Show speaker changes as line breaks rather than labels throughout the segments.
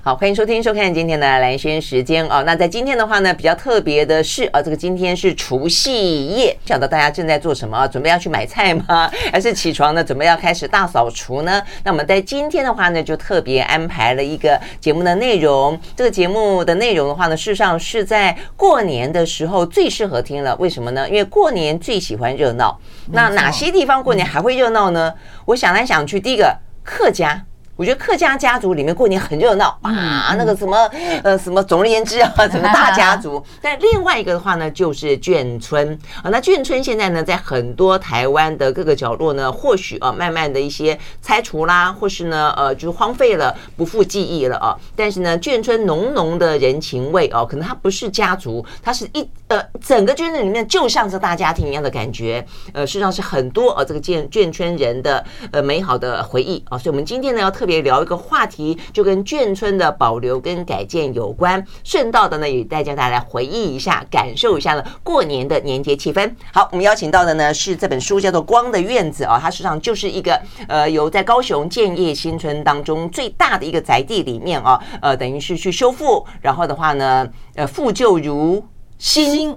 好，欢迎收听、收看今天的蓝轩时间哦。那在今天的话呢，比较特别的是啊、哦，这个今天是除夕夜，不晓得大家正在做什么啊？准备要去买菜吗？还是起床呢，准备要开始大扫除呢？那我们在今天的话呢，就特别安排了一个节目的内容。这个节目的内容的话呢，事实上是在过年的时候最适合听了。为什么呢？因为过年最喜欢热闹。那哪些地方过年还会热闹呢？我想来想去，第一个客家。我觉得客家家族里面过年很热闹啊，那个什么呃什么，总而言之啊，什么大家族。但另外一个的话呢，就是眷村啊。那眷村现在呢，在很多台湾的各个角落呢，或许啊，慢慢的一些拆除啦，或是呢呃，就是荒废了，不复记忆了啊。但是呢，眷村浓浓的人情味哦、啊，可能它不是家族，它是一呃整个眷村里面就像是大家庭一样的感觉。呃，事实上是很多呃这个眷眷村人的呃美好的回忆啊。所以我们今天呢，要特别。别聊一个话题，就跟眷村的保留跟改建有关，顺道的呢也带大家来回忆一下，感受一下呢过年的年节气氛。好，我们邀请到的呢是这本书叫做《光的院子》啊，它实际上就是一个呃由在高雄建业新村当中最大的一个宅地里面啊，呃等于是去修复，然后的话呢，呃复旧如。新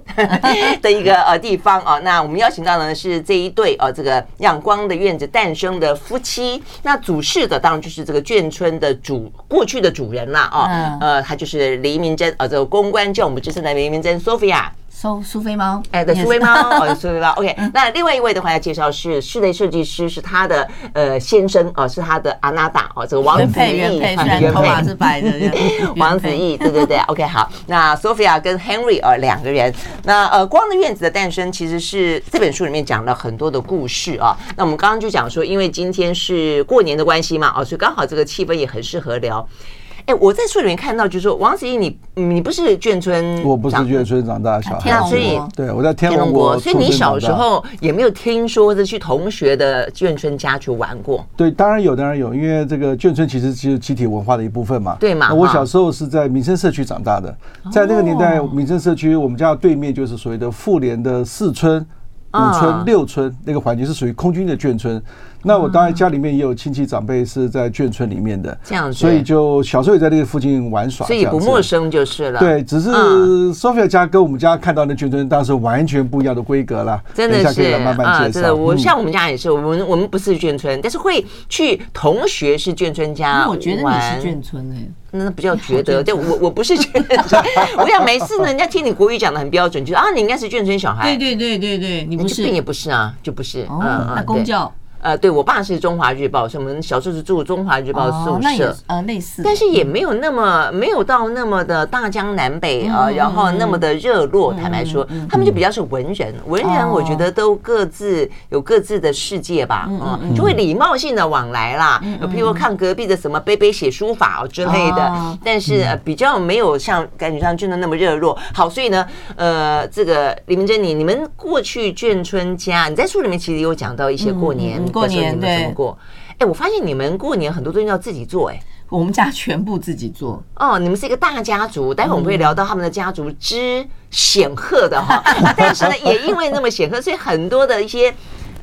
的一个呃地方啊，那我们邀请到呢是这一对呃、啊、这个让光的院子诞生的夫妻，那主事的当然就是这个眷村的主过去的主人啦啊，呃他就是黎明珍呃这个公关教我们资深的黎明珍 Sophia。
苏苏菲猫，
哎，对，苏菲 猫，哦，苏菲猫，OK。那
嗯
另外一位的话要介绍是室内设计师，是他的呃先生哦、呃，是他的阿娜达哦，这个王子啊
配
毅，
原配，虽然头发是白的，
王子毅，对对对，OK，好。那 Sophia 跟 Henry 哦、呃、两个人，那呃《光的院子》的诞生其实是这本书里面讲了很多的故事啊。那我们刚刚就讲说，因为今天是过年的关系嘛，哦、呃，所以刚好这个气氛也很适合聊。哎，我在书里面看到，就是说王子毅，你你不是眷村，
我不是眷村长大的小孩，
天龙
所以
国
对我在
啊
天
天龙
龙国
国，所
出
以
生长大，
你小时候也没有听说是去同学的眷村家去玩过。
对，当然有，当然有，因为这个眷村其实是集体文化的一部分嘛。
对嘛
那我
哈哦
小时候是在民生社区长大的，在那个年代，民生社区我们家对面就是所谓的妇联的四村、五
啊
村、六村那个环境是属于空军的眷村。那我当然家里面也有亲戚长辈是在眷村里面的，
这样子
所以就小时候也在那个附近玩耍，
所以也不陌。生就是了。
对，只是
嗯
Sophia 家跟我们家看到的眷村当时完全不一样的规格啦。
真
等一
的
下可
是
以来慢慢
啊
介
真
绍。
的，我
嗯
像我们家也是，我们我们不是眷村，但是会去同学是眷村家
那我觉得你
玩
是眷村哎、
那比较觉得，对我我不是眷村， 我想每次呢，人家听你国语讲的很标准，就说啊你应该是眷村小孩，
对对对对对，你
你
不
哎就并
是
也不是啊，就不是，
哦，那公
对
教
呃，对我爸是中华日报，所以我们小时候是住中华日报
哦，
宿
那也
舍
是。呃类似的，
但是也没有那么没有到那么的大江南北啊，然后那么的热络。坦白说，他们就比较是文人，文人我觉得都各自有各自的世界吧，嗯，就会礼貌性的往来啦。呃譬如看隔壁的什么杯杯写书法哦之类的
哦，
但是呃比较没有像感觉上真的那么热络。好，所以呢，呃，这个李明珍，你你们过去眷村家，你在书里面其实有讲到一些过年
嗯嗯
的
过
时候
年
你们怎么
对
过。哎，我发现你们过年很多东西要自己做，哎。
我们家全部自己做，
哦，你们是一个大家族，待会我们会聊到他们的家族之显赫的 哈、啊但是呢，也因为那么显赫，所以很多的一些。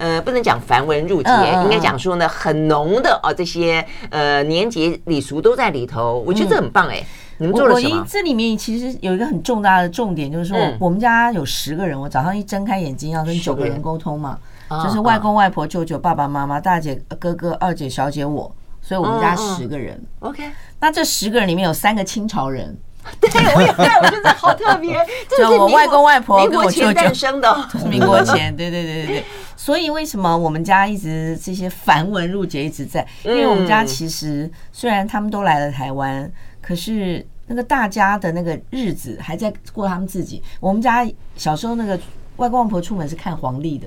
呃，不能讲繁文缛节，
嗯嗯嗯
应该讲说呢，很浓的哦，这些呃年节礼俗都在里头，我觉得这很棒哎、你们做
我
了
我
什
一
么？
这里面其实有一个很重大的重点，就是说
嗯
我们家有十个人，我早上一睁开眼睛要跟
十
九
个
个
人
人沟通嘛，
啊
就是外公外婆、舅舅、爸爸妈妈、大姐、哥哥、二姐、小姐我，所以我们家
嗯嗯
十个人。
OK，
那这十个人里面有三个清朝人，
对我有看，我觉得好特 别，这是
就
民国
我外公外婆
民
跟
国
我舅
前
舅
诞生 的哦，
是民国前， 对对对对对。所以为什么我们家一直这些繁文缛节一直在？因为我们
嗯
家其实虽然他们都来了台湾，可是那个大家的那个日子还在过他们自己。我们家小时候那个外公外婆出门是看黄历的，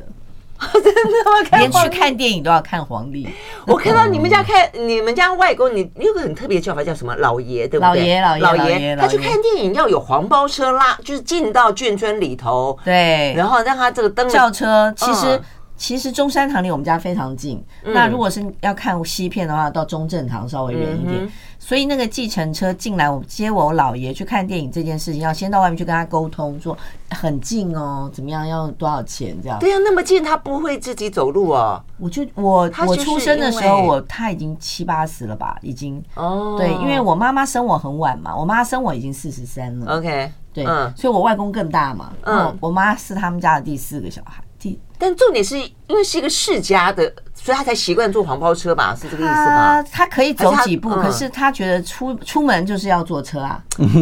真的吗？看
连
黄
去看电影都要看黄历，
我看到你们家看你们家外公，你你有个很特别的叫法叫什么？老爷对不对？
老爷老爷
老
老
爷，
爷
他去
老爷
看电影要有黄包车拉，就是进到眷村里头，
对，
然后让他这个灯
轿车其实、
嗯
其实中山堂离我们家非常近，那如果是要看西片的话，到中正堂稍微远一点。
嗯哼
所以那个计程车进来，我们接我姥爷去看电影这件事情，要先到外面去跟他沟通，说很近哦，怎么样，要多少钱这样。
对呀、那么近他不会自己走路哦。
我就我
他
我
就是
出生的时
因
候，
为
我他已经七八十了吧，已经。
哦，
对，因为我妈妈生我很晚嘛，我妈生我已经四十三了，
OK
对，
嗯
所以我外公更大嘛，
嗯
嗯，我妈是他们家的第四个小孩，第
但重点是因为是一个世家的，所以他才习惯坐黄包车吧，是这个意思
他
吗？
呃他可以走几步，
还是他嗯
可是他觉得出出门就是要坐车啊，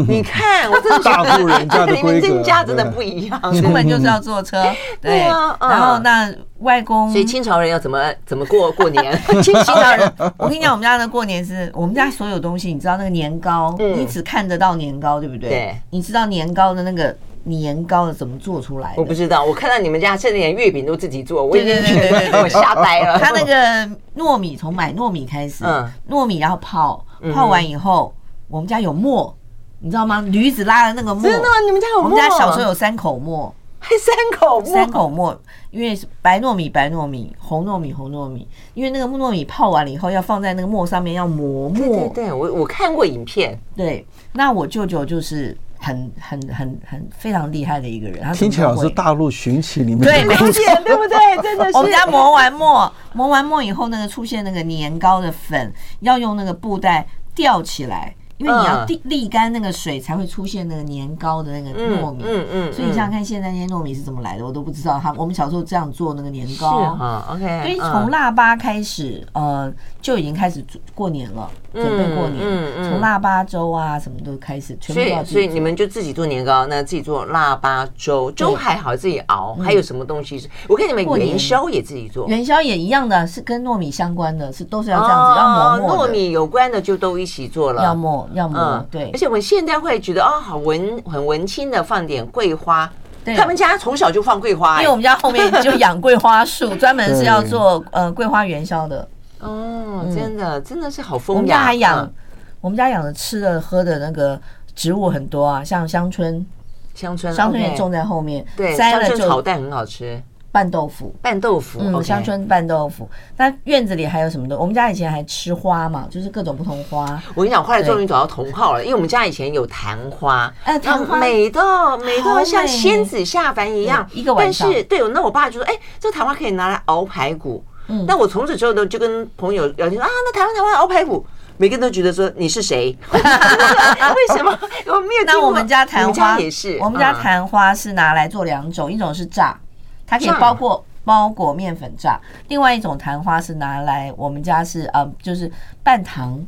你看，我真的觉
大户人家
得
的
你们
规
这
格
家真的
对
不一样。
出门就是要坐车，
嗯 对啊嗯
然后那外公，
所以清朝人要怎么怎么过过年？
清朝人，我跟你讲，我们家的过年是我们家所有东西，你知道那个年糕，
嗯
你只看得到年糕，对不对？
对
你知道年糕的那个年糕的怎么做出来
我不
的？
知道，我看到你们家甚至连月饼都自己做，我已经
对对
觉
对对对
得我吓呆了。
他那个糯米从买糯米开始
嗯，
糯米要泡，泡完以后，我们家有磨，你知道吗？驴子拉的那个磨，
真的吗？你们家有
我们家
磨
小时候有三口磨，
还三口磨
三口磨，因为是白糯米白糯米，红糯米红糯米，因为那个木糯米泡完了以后要放在那个磨上面要磨
对对
磨。
对，我我看过影片，
对，那我舅舅就是很很很很非常厉害的一个人，他
听起来
什么都
好像
会
是大陆寻奇里面
对没
的
有点对不对？真的
我们
是。
家磨完沫，磨完沫以后，那个出现那个年糕的粉，要用那个布袋吊起来，因为你要
嗯
沥沥干那个水，才会出现那个年糕的那个糯米。
嗯
所以你想想看，现在那些糯米是怎么来的，我都不知道。他我们小时候这样做那个年
是
糕，
哈，OK，嗯
所以从
那
腊八开始，呃，就已经开始做过年了，准备过年
嗯嗯，嗯
从腊八粥啊什么都开始，全部
所
都要
以
自己
所以
做
你们就自己做年糕，那自己做腊八粥，粥还好自己熬，还有什么东西是？我看你们
嗯过年
元宵也自己做，
元宵也一样的，是跟糯米相关的，是都是要这样子，要磨
哦
磨
糯
的，
米有关的就都一起做了，
要磨要磨
嗯，，
对
而。且我们现在会觉得哦，好文很文青的放点桂花，
对
他们家从小就放桂花、
因
哎
为我们家后面 就养桂花树，专门是要做呃桂花元宵的。
哦，真的真的是好
我
风
们家
雅。
还养
嗯，
我们家养的吃的喝的那个植物很多啊，像香椿，
香椿，
香椿
嗯 OK
也种在后面，
对，
摘
香
了
椿炒
就
蛋很好吃，
拌豆腐。
拌豆腐，
嗯，
OK
香。椿拌豆腐。那院子里还有什么的？我们家以前还吃花嘛，就是各种不同 花。
我跟你讲，后来终于找到同好了，因为我们家以前有昙花，
哎昙花
然后美到美
好
到
美
像仙子下凡一样，
嗯一个晚上
但是对，那我爸就说，哎，这昙花可以拿来熬排骨。
嗯
那我从此之后呢，就跟朋友聊天说啊，那台湾台湾熬排骨，每个人都觉得说你是谁？ 为什么我没有听过？
那我们家
你
昙花
们家也是，
我们家
嗯
昙花是拿来做两种，一种是炸，它可以
炸
包括包裹面粉炸；另外一种昙花是拿来我们家是呃就是拌糖，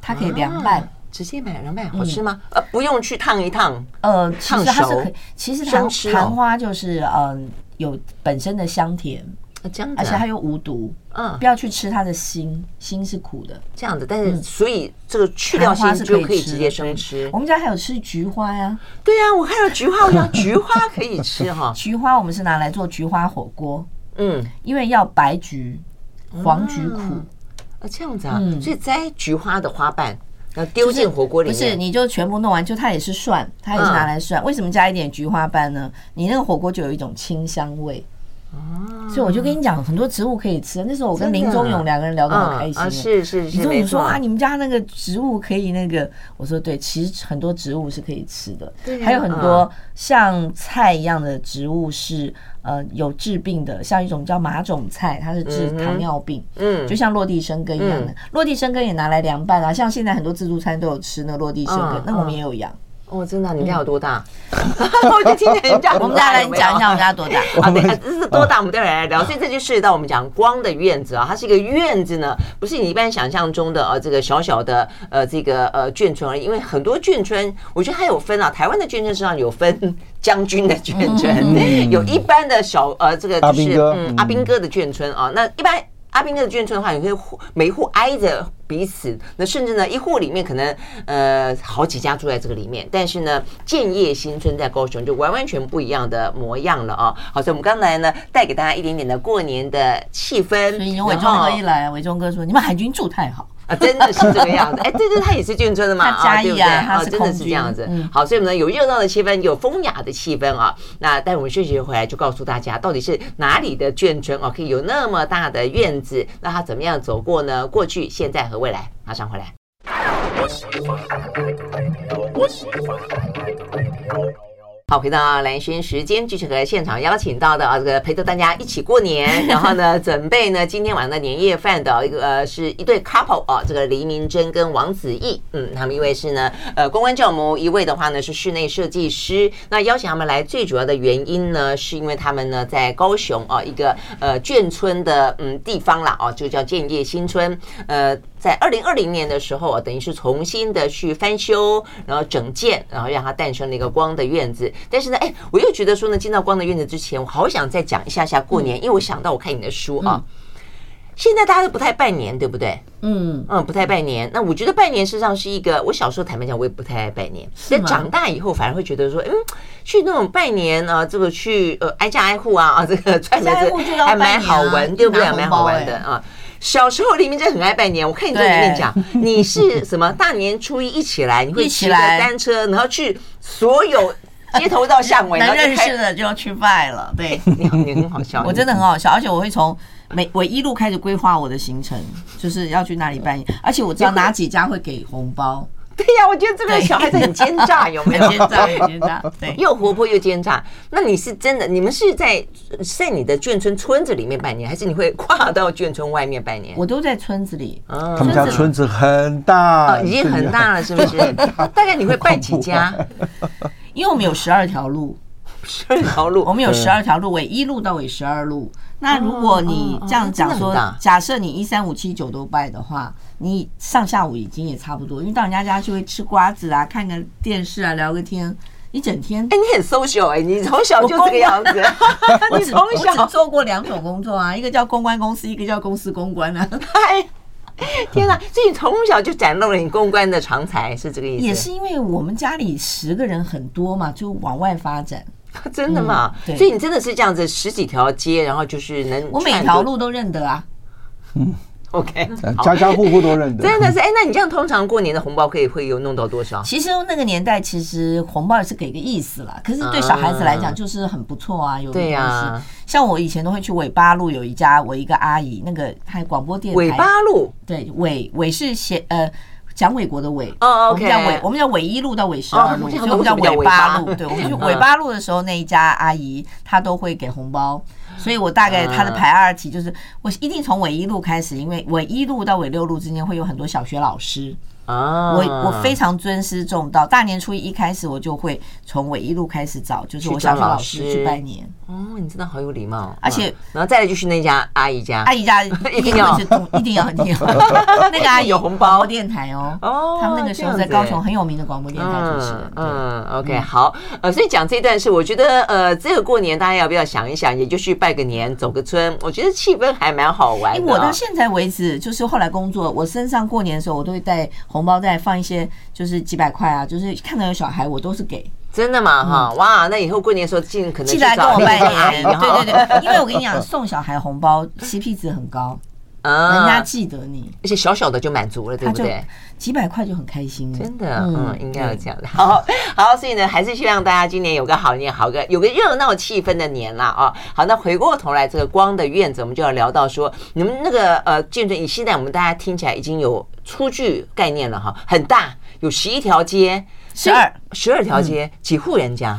它可以凉拌。
啊直接买凉拌好吃吗？
嗯
呃，不用去烫一烫，
呃，其实
烫
它是
熟
可以，其实
生
昙
吃哦
昙花就是嗯、呃有本身的香甜，
啊这样子啊，
而且它又无毒，
嗯
不要去吃它的心，心是苦的。
这样子，但是所以这个去掉
嗯昙花
心
是
就
可
可
以
以
吃
直
的
接生吃
我。们家还有吃菊花呀，
对啊，我看到菊花，我想菊花可以吃 哈，
菊花我们是拿来做菊花火锅，
嗯，
因为要白菊、黄菊苦。
啊这样子啊，
嗯
所以摘菊花的花瓣，然后丢进火锅里
不是，
面，
你就全部弄完，就它也是涮，它也是拿来
嗯
涮。为什么加一点菊花瓣呢？你那个火锅就有一种清香味。所以我就跟你讲，很多植物可以吃。那时候我跟
啊真的
林
啊
忠勇两个人聊得好开
嗯
心、
啊，是是
你
是，
说
没
你
错，
说啊，你们家那个植物可以那个，我说对，其实很多植物是可以吃的，
对啊
还有很多像菜一样的植物是呃有治病的，像一种叫马种菜，它是治
嗯哼
糖尿病，
嗯
就像落地生根一样的，落地生根也拿来凉拌啊，像现在很多自助餐都有吃那个落地生根
嗯，
那我们也有养。
哦，真的啊、你们家有多 大？ 我就听见人家很大，
我们再来
有没有
讲一下我们家多 大。
啊，对，啊这是多大？我们待会儿来聊。所以这就涉及到我们讲光的院子啊，它是一个院子呢，不是你一般想象中的呃这个小小的呃这个呃眷村而已。因为很多眷村，我觉得它有分啊，台湾的眷村实际上有分 将军的眷村，有一般的小呃这个
嗯阿
就
兵
是
哥
嗯
嗯
阿兵哥的眷村啊。那一般阿兵哥的眷村的话，你可以户每一户挨着彼此，那甚至呢，一户里面可能呃好几家住在这个里面，但是呢，建业新村在高雄就完完全不一样的模样了啊！好，所以我们刚才呢带给大家一点点的过年的气氛，
所以伟忠哥一来，伟忠哥说：“你们海军住太好。”
啊，真的是这个样子。哎，对对，他也是眷村的嘛，
他嘉
对不
义啊
对？
他是
真的
空
是
军
这样子
嗯。
好，所以我们呢有热闹的气氛，有风雅的气氛啊。那待会我们休息回来就告诉大家，到底是哪里的眷村哦，可以有那么大的院子，那他怎么样走过呢？过去、现在和未来，马上回来。好，回到啊蓝轩时间，继续和现场邀请到的啊，这个陪着大家一起过年，然后呢，准备呢今天晚上的年夜饭的一个呃是一对 couple 啊，这个黎明珍跟王子毅，嗯，他们一位是呢呃公关教母，一位的话呢是室内设计师。那邀请他们来最主要的原因呢，是因为他们呢在高雄啊一个呃眷村的嗯地方啦啊，就叫建业新村，呃。在二零二零年的时候啊，等于是重新的去翻修，然后整建，然后让它诞生了一个光的院子。但是呢，哎，我又觉得说呢，进到光的院子之前，我好想再讲一下下过年，因为我想到我看你的书啊。现在大家都不太拜年，对不对？
嗯，
嗯，不太拜年。那我觉得拜年事实上是一个，我小时候坦白讲，我也不太爱拜年。但
吗
长大以后反而会觉得说，嗯，去那种拜年啊，这个去呃挨家挨户啊啊，这个串门
挨家挨
子
户就要
还蛮
拜年啊
好玩，对不对？
拿红
蛮好玩
包哎
的啊。小时候黎明真的很爱拜年，我看你在里面讲，你是什么大年初一一起来，你会
一起
骑着
来
单车，然后去所有街头到巷 尾，然后
能
就
认
开
识的就去拜了。对，
你好，你很好笑，
我真的很好笑，而且我会从每我一路开始规划我的行程，就是要去哪里拜年，而且我知道哪几家会给红包，
对呀、我觉得这个小孩子很奸诈，有没
很
有？
奸诈，很奸诈。对，
又活泼又奸诈。那你是真的？你们是在是在你的眷村村子里面拜年，还是你会跨到眷村外面拜年？
我都在村子里，
啊
他们家村子很大，
哦，已经很大了，是不是？那大概你会拜几家？
啊因为我们有十二条路，
十二条路
我。们有十二条路，尾一路到尾十二路。那如果你这样
哦哦
讲
哦真的
说
很大，
假设你一三五七九都拜的话，你上下午已经也差不多，因为到人家家去会吃瓜子啊，看个电视啊，聊个天，一整天
哎，。你很 social 哎，你从小就这个样子，
我
你
只
从
我只
小
做过两种工作啊，一个叫公关公司，一个叫公司公 关啊，
哎，天哪！所以你从小就展露了你公关的长才，是这个意思？
也是因为我们家里十个人很多嘛，就往外发展。
真的嘛？
嗯对
所以你真的是这样子，十几条街，然后就是能
我每
串
条
就
路嗯都认得啊，
OK，
呃
好
家家户户都认得。
真的是哎，那你这样通常过年的红包可以会有弄到多少？
其实那个年代，其实红包也是给个意思啦。可是对小孩子来讲，就是很不错啊，有一个
对
东西。
呀
像我以前都会去尾巴路有一家，我一个阿姨，那个还广播电台。
尾巴路
对尾尾是写呃。蒋纬国的纬，
哦
我
，OK
们叫纬，我们叫纬一路到纬十
哦
二
我
路，
们
所以我们叫
叫
纬
尾
八
巴
路。对，我 们去
嗯
纬八路的时候，那一家阿姨她都会给红包，所以我大概她的
嗯
排二题就是，我一定从纬一路开始，因为纬一路到纬六路之间会有很多小学老师，
啊，
我我非常尊师重道，大年初一一开始我就会从尾一路开始找，就是
去
我
找
小学老
老
师
师
去拜年。
哦，你真的好有礼貌，
而且
嗯然后再来就是那家阿姨家，
阿 姨家一定会是动，一定要一定要 那个阿姨
有红包
广播电台哦，
哦
他们那个时候在高雄很有名的广播电台主持人，对
嗯，OK，好，呃，所以讲这段是，我觉得呃，这个过年大家要不要想一想，也就去拜个年，走个村，我觉得气氛还蛮好玩
因
的
哎为我
啊。
到现在为止，就是后来工作，我身上过年的时候，我都会带红包袋放一些，就是几百块啊，就是看到有小孩，我都是给。
真的嘛哈，哇，那以后过年的时候尽可能
记
去
得来跟
找
我
那
拜
个阿 姨哈，
年，对对对，因为我跟你讲，送小孩红包 CP 值很高，人家
啊，
记得你。
而且小小的就满足了，对
他
不
就
对？
几百块就很开心了，
真的，嗯，应该有
对
这样的。 好，好，所以呢，还是希望大家今年有个好年，好个有个热闹气氛的年啦啊。好，那回过头来，这个光的院子，我们就要聊到说，你们那个呃建筑，以现在我们大家听起来已经有初具概念了哈，很大，有十一条街，
12
十二嗯条街，几户人家？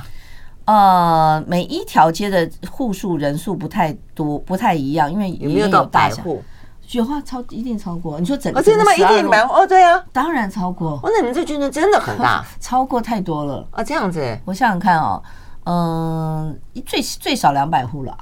呃，每一条街的户数人数不太多，不太一样，因为
有没有
也
到
大
百
小？
户？
有啊，超一定超过。你说整
哦，真的吗？一
整个12
定
路
蛮哦，对啊，
当然超过，
哦，那你们这军人真的 很大
超过太多了。
哦，这样子，
我想想看哦，嗯、最最少两百户了，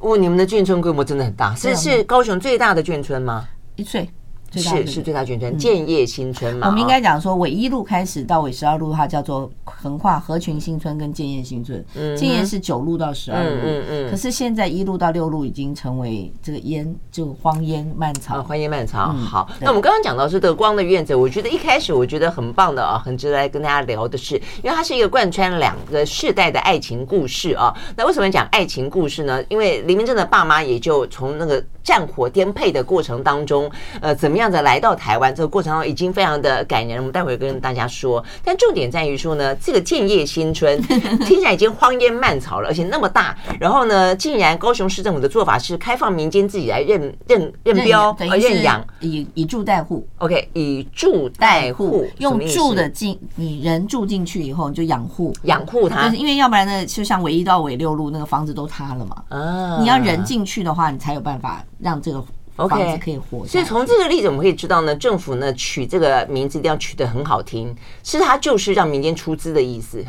哦，你们的眷村规模真的很大，是
对啊
是高雄最大的眷村吗？
一岁最大的嗯
是是最大眷村，建业新村嘛，
我们应
哦
该讲说，纬一路开始到纬十二路，它叫做横跨合群新村跟建业新村。建业是九路到十二路，
嗯嗯嗯
可是现在一路到六路已经成为这个烟，就荒烟漫
啊，
草。
欢迎漫潮。
嗯
好，
对
那我们刚刚讲到是德光的院子，我觉得一开始我觉得很棒的啊，很值得来跟大家聊的是，因为它是一个贯穿两个世代的爱情故事啊。那为什么讲爱情故事呢？因为黎明正的爸妈也就从那个战火颠沛的过程当中，呃，怎么样的来到台湾，这个过程当中已经非常的感人。我们待会儿跟大家说，但重点在于说呢，这个建业新 村听起来已经荒烟蔓草了，而且那么大，然后呢，竟然高雄市政府的做法是开放民间自己来认认认标
等
呃
于
认
是
养
以以住代护，
，OK，以住代护，什
用
么意思
住的进，你人住进去以后，你就养护。
养啊护它
就是因为要不然呢，就像纬一到纬六路那个房子都塌了嘛。
啊
你要人。进去的话，你才有办法让这个房子可以活下去。
所以从这个例子我们可以知道呢，政府呢取这个名字一定要取得很好听，是它就是让民间出资的意思。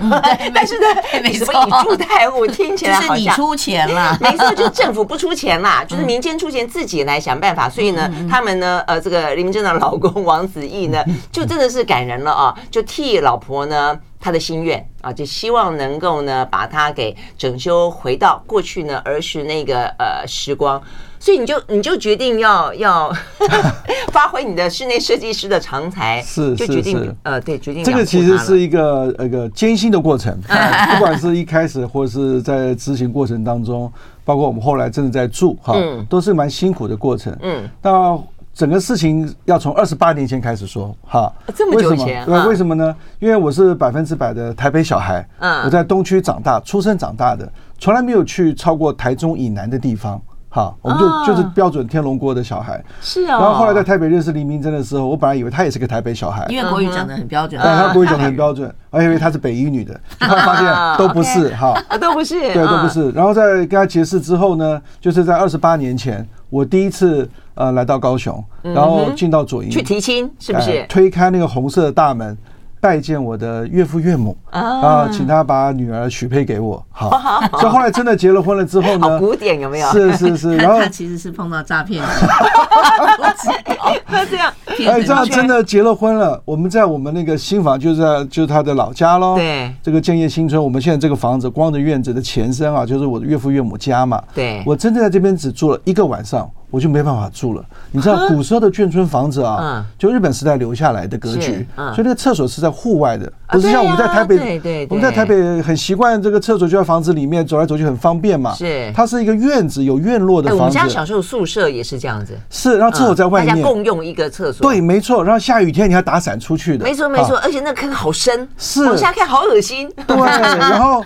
但是呢，
嗯没
什
错
么以住代护听起
就
来
是
好
你
像，
出钱啦
嗯 没错，就是政府不出钱啦，就是
嗯
民间出钱自己来想办法。所以呢，他们呢，呃，这个林明正的老公 王子异 呢，就真的是感人了啊，就替老婆呢。他的心愿啊，就希望能够呢，把他给整修回到过去呢儿时那个呃时光，所以你就你就决定要 要发挥你的室内设计师的长才，
是
就是决定
是
呃对决定
这个
养
其
护
实
他了嗯
是一个那个艰辛的过程， 啊 不管是一开始或是在执行过程当中，包括我们后来真的在住哈
嗯，
都是蛮辛苦的过程。
嗯，
那整个事情要从二十八年前开始说哈
啊，这么久以
为什
前
对吧
啊
为什么呢？因为我是百分之百的台北小孩，
嗯
我在东区长大，出生长大的，从来没有去超过台中以南的地方。哈，我们
啊
就就是标准天龙国的小孩。
是哦，
然后后来在台北认识黎明真的时候，我本来以为他也是个台北小孩，
因为国语讲的很标准。
但他国语讲的很标
嗯
准，而且因为她是北一女的，后来 发现都不是哈，
啊都不是，
对，都不
嗯
是。然后在跟她结识之后呢，就是在二十八年前，我第一次呃来到高雄，
嗯
然后进到左营，
去提亲是不是
哎？推开那个红色的大门，拜见我的岳父岳母啊，请他把女儿许配给我。好， 所以后来真的结了婚了之后
好
呢，
古典有没有？
是是 是，然后
他他其实是碰到诈骗集
那这样
团，
哎，这样真的结了婚了。我们在我们那个新房，就是在就是他的老家喽。
对
这个建业新村，我们现在这个房子，光着院子的前身啊，就是我的岳父岳母家嘛。
对
我真的在这边只住了一个晚上，我就没办法住了。你知道古时候的眷村房子
啊嗯
啊，就日本时代留下来的格
是
局，
嗯
所以那个厕所是在户外的，
啊
不是像我们在台北，
对呀对对对
我们在台北很习惯这个厕所就在房子里面，走来走去很方便嘛。
是
它是一个院子，有院落的
哎，我
房
们
子
家，小时候宿舍也是这样子，
是，然后厕所在外
大
面
家。共用一个厕所。
对，，没错。然后下雨天你还打伞出去的，
没错没错，
啊。
而且那个坑好深，
是
往下看好恶心。
对，然后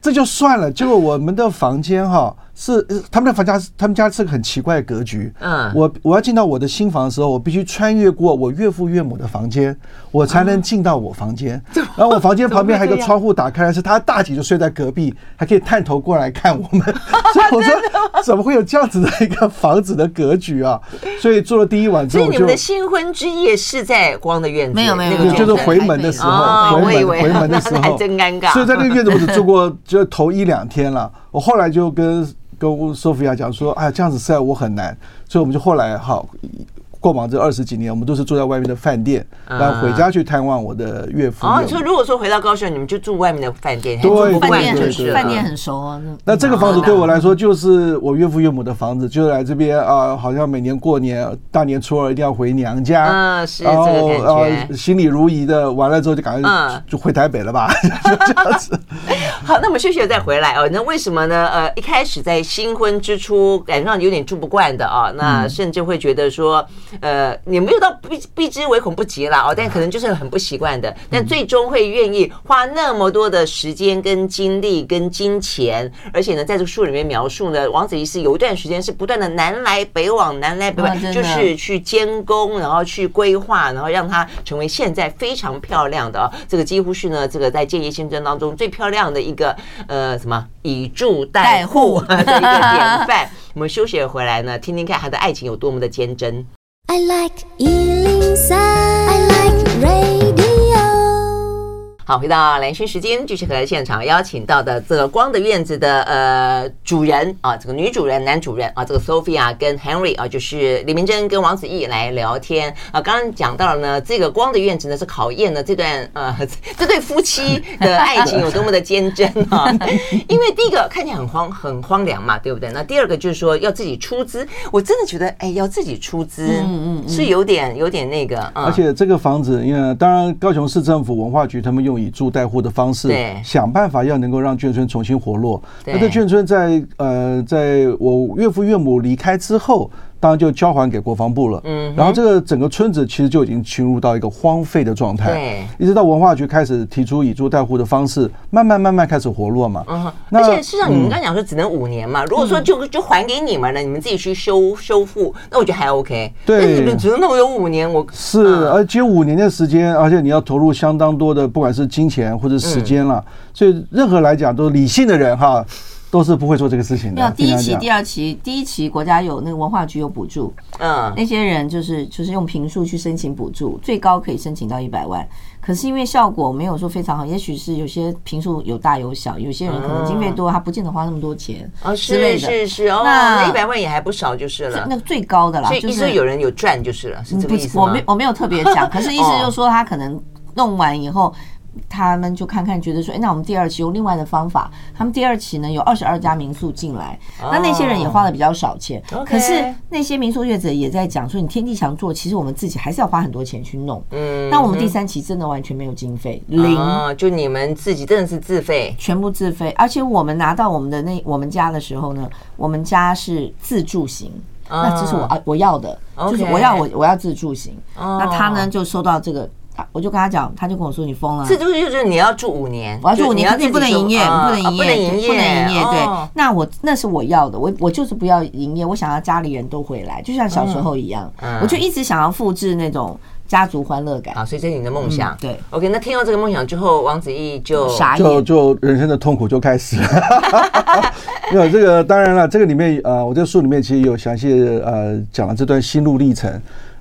这就算了。结果我们的房间哈是呃他们的房家，他们家是个很奇怪的格局。
嗯
我我要进到我的新房的时候，我必须穿越过我岳父岳母的房间，我才能进到我房
啊
间。然后我房间旁边还有一个窗户打开来，是他大姐就睡在隔壁，还可以探头过来看我 们。所以我说，怎么会有这样子的一个房子的格局啊？所以住了第一晚之
所以
后，我
你
就。
们的新婚之夜是在光的院子，
没有没有
那个
没
院
有
子
就是回门的时
哦
候，
我
回
以
门
为
回门的时
那
候，
还真尴尬
所以在那个院子，我只住过就头一两天了。我后来就跟跟索菲亚讲说，哎，这样子实在我很难，所以我们就后来好。过往这二十几年，我们都是住在外面的饭店，然后回家去探望我的岳父。
嗯哦，
岳母
你说如果说回到高雄，你们就住外面的饭店，还
对
住
对
不
饭
惯
店
就
对对
是
对
了
很饭店很熟哦。
那这个房子
嗯
对我来说，就是我岳父岳母的房子，就来这边啊，好像每年过年大年初二一定要回娘家，
嗯是
然
这个
后
感
然后啊
觉
心里如仪的，完了之后就感
嗯
觉就回台北了吧， 就这样子。
好，那我们休息了再回来哦。那为什么呢？呃，一开始在新婚之初，感觉上有点住不惯的啊，那
嗯
甚至会觉得说，呃，你没有到避避之唯恐不及啦
啊
哦，但可能就是很不习惯
嗯
的，但最终会愿意花那么多的时间、跟精力、跟金钱，而且呢，在这个书里面描述呢，王子怡是有一段时间是不断的南来北往，南来北
哇
往，
啊真的
就是去监工，然后去规划，然后让它成为现在非常漂亮的、啊、这个几乎是呢，这个在建业新村当中最漂亮的一个呃什么以住代护的一个 典范。我们休息回来呢，听听看他的爱情有多么的坚贞。
I like Ealing Sound. I like radio.
好，回到蓝轩时间，继续和现场邀请到的这个光的院子的呃主人啊，这个女主人、男主人啊，这个 Sophia 跟 Henry 啊，就是李明珍跟王子毅来聊天啊。刚刚讲到了呢，这个光的院子呢是考验了这段呃这对夫妻的爱情有多么的坚贞 啊，因为第一个看起来很荒很荒凉嘛，对不对？那第二个就是说要自己出资，我真的觉得哎，要自己出资，嗯嗯，是有点有点那个，嗯
而且这个房子，因为当然高雄市政府文化局他们用以租代护的方式
对，
想办法要能够让眷村重新活络。
对
那这眷村在呃，在我岳父岳母离开之后。当然就交还给国防部了，嗯，然后这个整个村子其实就已经进入到一个荒废的状态，
对
一直到文化局开始提出以租代护的方式，慢慢慢慢开始活络嘛，
嗯，
那
而且事实上，你们刚讲说只能五年
嗯
嘛，如果说就就还给你们了，你们自己去修修复，那我觉得还 OK。
对
但是你们只能弄有五年，我
是，而且五年的时间，而且你要投入相当多的，不管是金钱或者时间了，所以任何来讲都理性的人哈，都是不会做这个事情
没有
的。
第一期、第
二，
二期，第一期国家有那个文化局有补助，
嗯，
那些人就是就是用评数去申请补助，最高可以申请到一百万。可是因为效果没有说非常好，也许是有些评数有大有小，有些人可能经
嗯
费多，他不见得花那么多钱
哦，
之类
是
的。
是是，哦，
那
那一百万也还不少就是了。
那个最高的啦，
所以
就
意思
是嗯
有人有赚就是了，是这个
不
意
是
思
我
吗哦
没？我没有特别讲，可是意思就是说他可能弄完以后。他们就看看，觉得说，哎、那我们第二期用另外的方法。他们第二期呢，有二十二家民宿进来，那那些人也花了比较少钱。
哦 OK
可是那些民宿业者也在讲说，你天地强做，其实我们自己还是要花很多钱去弄。
嗯
那我们第三期真的完全没有经费，零，
哦，就你们自己真的是自费
全部自费。而且我们拿到我们的那我们家的时候呢，我们家是自助型，
哦
那这是我啊我要的，
OK
就是我要我我要自助型。
哦
那他呢就收到这个，啊我就跟他讲，他就跟我说你疯了啊。
自助就是你要住五年，
我要
就
住你，
要
可是你
自己
不能
住
营业，
啊
你
啊
不能营业，
不能营
营业。对
哦，
那我那是我要的，我我就是不要营业，我想要家里人都回来，就像小时候一样
嗯，嗯
我就一直想要复制那种家族欢乐感。
啊，所以这是你的梦想。
嗯对
，OK，那听到这个梦想之后，王子异就
傻
就
眼，
就人生的痛苦就开始 了。没有这个，当然了，这个里面呃，我在书里面其实有详细呃讲了这段心路历程。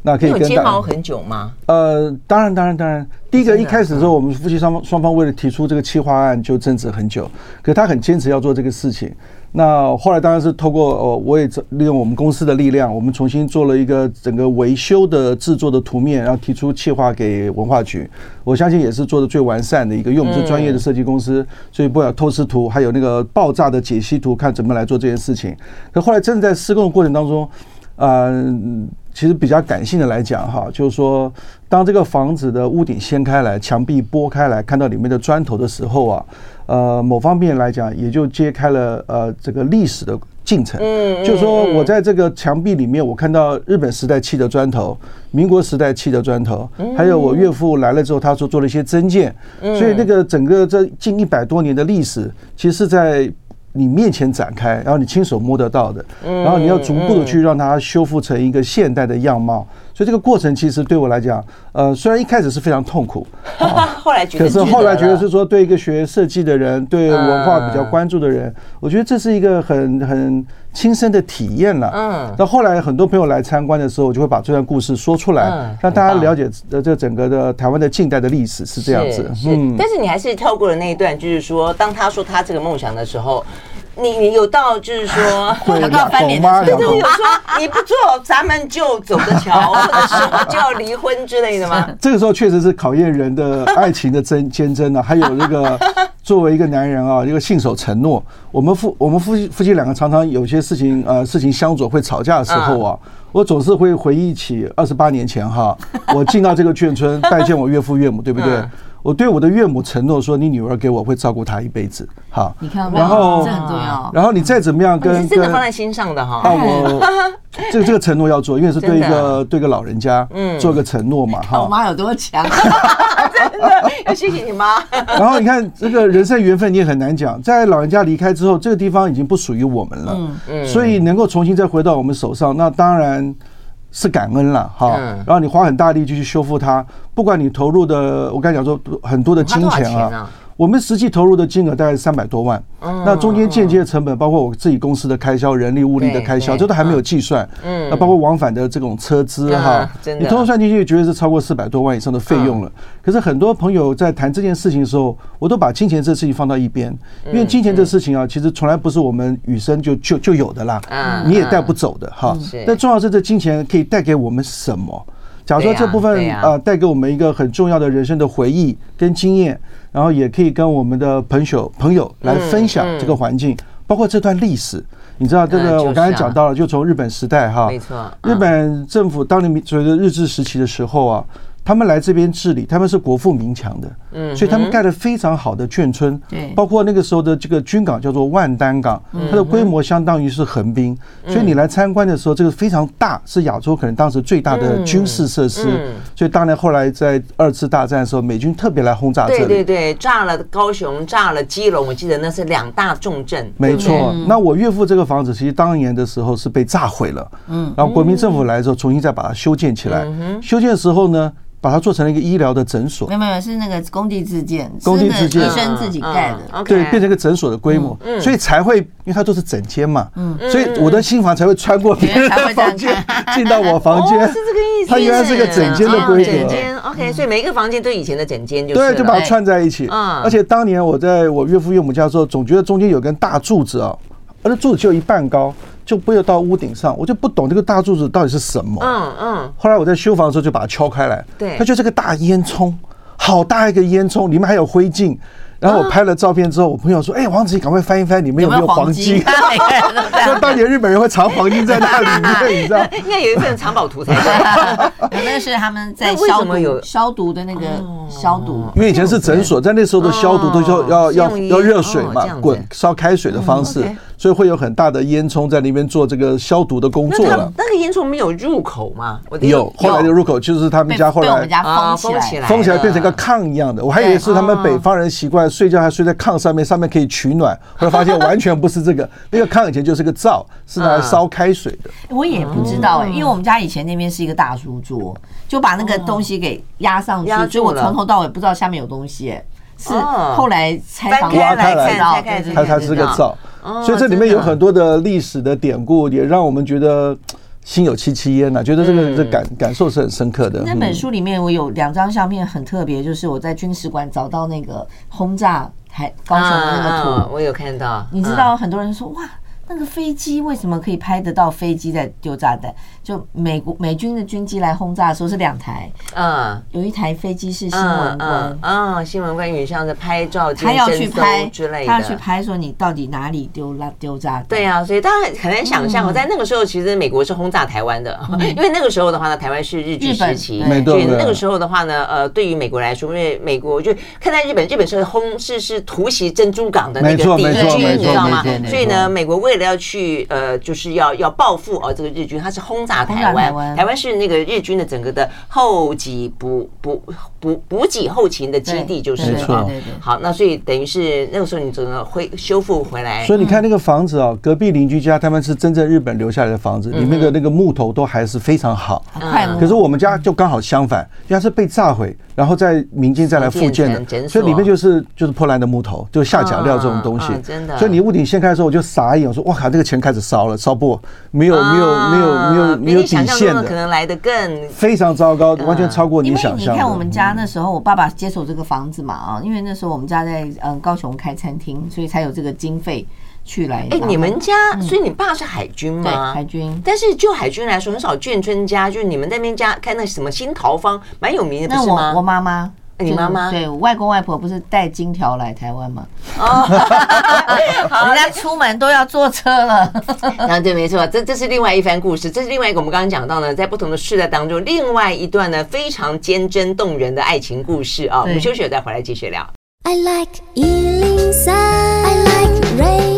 那可
你
以
有
跟
睫
大
毛很久吗？
呃，当然，当然，当然。第一个一开始的时候，我们夫妻双方双方为了提出这个企划案就争执很久，可他很坚持要做这个事情。那后来当然是透过呃，我也利用我们公司的力量，我们重新做了一个整个维修的制作的图面，然后提出企划给文化局。我相信也是做的最完善的一个，因为我们是专业的设计公司，所以不管透视图还有那个爆炸的解析图，看怎么来做这件事情。可后来真的在施工的过程当中，呃，其实比较感性的来讲哈，就是说，当这个房子的屋顶掀开来，墙壁拨开来，看到里面的砖头的时候啊，呃，某方面来讲，也就揭开了呃这个历史的进程。嗯，就是说我在这个墙壁里面，我看到日本时代砌的砖头，民国时代砌的砖头，还有我岳父来了之后，他所做了一些增建，所以那个整个这近一百多年的历史，其实是在。你面前展开，然后你亲手摸得到的，
嗯
然后你要逐步的去让它修复成一个现代的样貌。所以这个过程其实对我来讲，呃，虽然一开始是非常痛苦，
后来觉得
可是后来觉得
了
是说对一个学设计的人，对文化比较关注的
嗯
人，我觉得这是一个很很亲身的体验了。
嗯，
到后来很多朋友来参观的时候，我就会把这段故事说出
嗯
来，让大家
很棒
了解呃这整个的台湾的近代的历史是这样子。嗯
是，是但是你还是跳过了那一段，就是说，当他说他这个梦想的时候，你你有到就是说，
会
他刚
两
翻脸
懂
的
吗？
时
就
两
候
是
懂
有。说你不做，咱们就走着 瞧，或者说就要离婚之类的吗？
这个时候确实是考验人的爱情的真坚贞啊，还有那个作为一个男人啊，一个信守承诺。我们夫我们夫妻夫妻两个常常有些事情呃事情相左会吵架的时候啊，我总是会回忆起二十八年前哈，我进到这个眷村拜见我岳父岳母，对不对？我对我的岳母承诺说，你女儿给我会照顾她一辈子，好。
你看到没
然后
有？这很重要。
然后你再怎么样
你是
跟
真的
跟
放在心上的
啊，
哈。
我这个这个承诺要做，因为是对一个对一个老人家，做一个承诺嘛，
看我
哈。
妈有多强，
要哎谢谢你妈，
然后你看，这个人生缘分你也很难讲，在老人家离开之后，这个地方已经不属于我们
嗯
了，所以能够重新再回到我们手上，那当然。是感恩了哈
嗯，
然后你花很大力气去修复它，不管你投入的，我刚才讲说很多的金
花多少
钱
钱啊嗯
啊，我们实际投入的金额大概是三百多万，那中间间接的成本包括我自己公司的开销、人力物力的开销，
对对
这都还没有计算。嗯，那包括往返的这种车资哈
啊，真的
你通通算进去，绝对是超过四百多万以上的费用
嗯
了。可是很多朋友在谈这件事情的时候，我都把金钱这事情放到一边，
嗯
因为金钱这事情啊，其实从来不是我们与生就就就有的啦，
嗯
你也带不走的哈
是。
但重要是这金钱可以带给我们什么？假如说这部
对
分
呀对呀
呃带给我们一个很重要的人生的回忆跟经验，然后也可以跟我们的朋友朋友来分享这个环境，包括这段历史。你知道这
嗯
个，我
就是
刚才
啊
讲到了，就从日本时代哈，
没错
日本政府当年所谓的日治时期的时候啊，他们来这边治理，他们是国富民强的，嗯，所以他们盖了非常好的眷村，
对
包括那个时候的这个军港叫做万丹港，
嗯
它的规模相当于是横滨，所以你来参观的时候，这个非常大，是亚洲可能当时最大
嗯
的军事设施，所以当然后来在二次大战的时候，美军特别来轰炸这
对对
里。
对，炸了高雄，炸了基隆，我记得那是两大重镇，对
没
不嗯对
错，那我岳父这个房子其实当年的时候是被炸毁了，嗯，然后国民政府来的时候重新再把它修建起
嗯
来，修建的时候呢，把它做成了一个医疗的诊所
没，有没有，是那个工地自建，
工地自建
是那个医生自己盖的。
嗯，OK 嗯
对，变成一个诊所的规模，所以才会，因为它都是整间嘛，所以我的新房才会穿过别人
才
的
会这样？”
房间进到我房间，
哦，是这个意思。
它原来是一个整间的规
哦整
格。嗯
间，OK，所以每一个房间都以前的整间就是
对，就把它
了
串在一起。
嗯
而且当年我在我岳父岳母家的时候，总觉得中间有根大柱子啊，而且柱子只有一半高，就不会到屋顶上，我就不懂这个大柱子到底是什么。
嗯嗯，
后来我在修房的时候就把它敲开来，
对
它就是个大烟囱，好大一个烟囱，里面还有灰烬。然后
嗯
我拍了照片之后，我朋友说：“哎，王子怡，赶快翻一翻，里面有没有黄金
每个人 都这样
说当年日本人会藏黄金在那里面，你知道？
应该有一份藏宝 图才对。
那个是他们在
那为
消
什么有
毒消毒的那个消毒，
因为以前是诊所，在那时候的消毒都
哦
要要
是
要
用
要
烟
热水
哦
嘛
这样，子
滚烧开水的方式
OK，
所以会有很大的烟囱在里面做这个消毒的工作
那它
了。
那个烟囱没有入口吗？我的意思
有，后来的入口就是他们
被
家后
被我们
来
家
啊
封
封
起
起
来
来。
封起来变成个炕一样的，我还以为是他们北方人习惯睡觉还睡在炕上面，上面可以取暖，后来发现完全不是这个，那个炕以前就是个灶，是拿来烧开水的。
我也不知道哎、
嗯
因为我们家以前那边是一个大书桌，就把那个东西给压上去，
压
所以
住
我
了
从头到尾不知道下面有东西、哎是
哦
后来拆
翻
房
开
来
才
看
知道
拆开
对对
它
才
对
它
才
是个灶
哦，
所以这里
真
面
的
有很多的历史的典故，也让我们觉得嘖心有戚戚焉呐，啊觉得这个这感感受是很深刻的。
那
嗯
本书里面我有两张相片很特别，就是我在军事馆找到那个轰炸台高雄的那个图，
啊，我有看到。
你知
嗯
道很多人说哇，那个飞机为什么可以拍得到飞机在丢炸弹？就美国美军的军机来轰炸的时候是两台，
嗯。
有一台飞机是新
嗯
闻官
嗯。嗯，新闻关于像是拍照、
他要去拍
之类的，
他要去拍说你到底哪里丢拉丢炸弹？
对啊，所以大家很难想象哦，在那个时候，其实美国是轰炸台湾的，嗯 因为那个时候的话呢，台湾是日据
日本
时期，
对
所以
没错
那个时候的话呢，呃，对于美国来说，因为美国就看待日本，日本是轰是是突袭珍珠港的那
没
个
错
敌
没
错
军，
没
你
错
知道吗
没错没？错
所以呢，美国为了要去呃，就是要要报复哦这个日军，他是轰炸台
轰炸台
湾，
湾
台湾是那个日军的整个的后给补补补补给后勤的基地，
对
就是
没
了
错
啊
对对对
好，那所以等于是那个时候你整个恢修复回来
所。以你看那个房子
嗯
啊，隔壁邻居家他们是真正日本留下来的房子，里面的那个木头都还是非常好。
啊
嗯
快乐，
可是我们家就刚好相反，人家是被炸毁，然后在民间再来复建
复建成诊
的，
所
所以里面就是就是破烂的木头，就下脚料这种东西
啊啊。真的
所以你屋顶掀开的时候，我就傻眼，我说哇靠，这个钱开始烧了，烧不没有没有没有没有没有
啊比你想
底
象
线
中的可
的，
能来的
嗯
更嗯
非常糟糕，完全超过
因
你
为
想
你
象的。
看我们家那时候，我爸爸接手这个房子嘛啊，因为那时候我们家在嗯高雄开餐厅，所以才有这个经费去来把
哎
它。，
你们家，所以你爸是海军
对
吗？
海。军。
但是就海军来说，很少眷村家，就是你们那边家开那什么新桃坊，蛮有名的，
那
不是
我我
吗？
妈妈，
哎你
就是
妈妈
对我外公外婆不是带金条来台湾吗？
好
人家出门都要坐 车了。
哦啊，对，没错，这这是另外一番故事，这是另外一个我们刚刚讲到呢，在不同的世代当中，另外一段呢非常坚贞动人的爱情故事啊。我们
对
休息了再回来继续聊。
I like Ealing Sound. I like radio.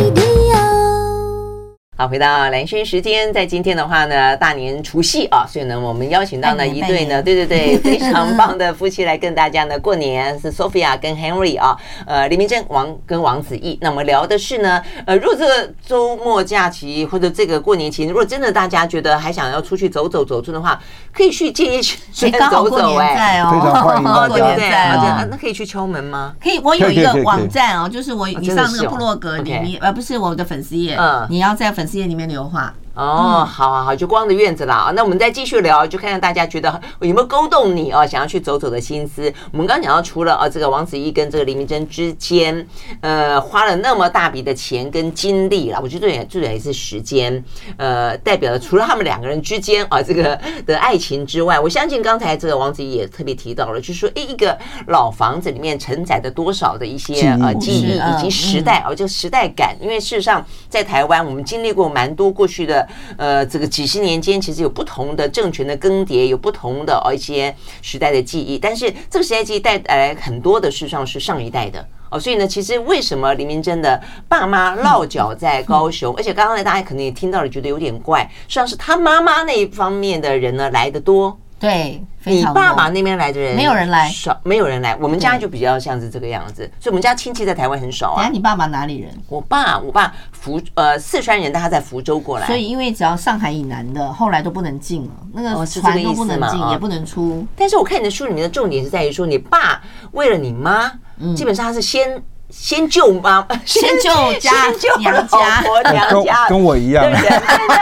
好，回到蓝轩时间，在今天的话呢，大年除夕啊，所以呢，我们邀请到呢
拜年
一对呢，
拜
对
年
对对，非常棒的夫妻来跟大家呢过年，是 Sophia 跟 Henry 啊，呃，林明正王跟王子毅。那我们聊的是呢，呃，如果这个周末假期或者这个过年期，如果真的大家觉得还想要出去走走走村的话，可以去建议去
所以
去
哎刚好过
走走
年
哎，
在哦，
非常欢迎大家
过
对不
年
对？
在
啊对啊
哦。
那可以去敲门吗？
可以，我有一
可以可以
个
可以
网站哦，就是我你
真的
上那
是哦
个部落格里
OK
面，呃，不是我的粉丝页
嗯，
你要在粉丝页里面留话。
哦，好好好，就光着院子啦。啊那我们再继续聊，就看看大家觉得有没有勾动你哦，想要去走走的心思。我们刚刚讲到，除了啊这个王子异跟这个林明珍之间，呃，花了那么大笔的钱跟精力啦，我觉得最最也是时间，呃，代表了除了他们两个人之间啊这个的爱情之外，我相信刚才这个王子异也特别提到了，就是说，诶，一个老房子里面承载着多少的一些
记忆
呃记忆
是嗯
以及时代。代哦，就时代感。因为事实上，在台湾，我们经历过蛮多过去的呃这个几十年间，其实有不同的政权的更迭，有不同的哦一些时代的记忆。但是这个时代记忆带来很多的，事实上是上一代的。哦，所以呢，其实为什么林明珍的爸妈落脚在高
嗯
雄，而且刚刚呢，大家可能也听到了，觉得有点怪，实际上是他妈妈那一方面的人呢来的多，
对，非
你
常
爸
多
爸那边来的人
没有人来
少没有人来，我们家就比较像是这个样子，所以我们家亲戚在台湾很少
等
啊
下。你爸爸哪里人？
我爸，我爸福呃四川人，但他在福州过来，
所以因为只要上海以南的，后来都不能进了，那
哦
个
是这个
船
意
都
思
不能
嘛
进，
哦
也不能出。
但是我看你的书里面的重点是在于说，你爸为了你妈，基本上他是先先救妈，
嗯先救家
先救
娘
老
家
婆娘家，
哎跟跟我一样啊
对不对？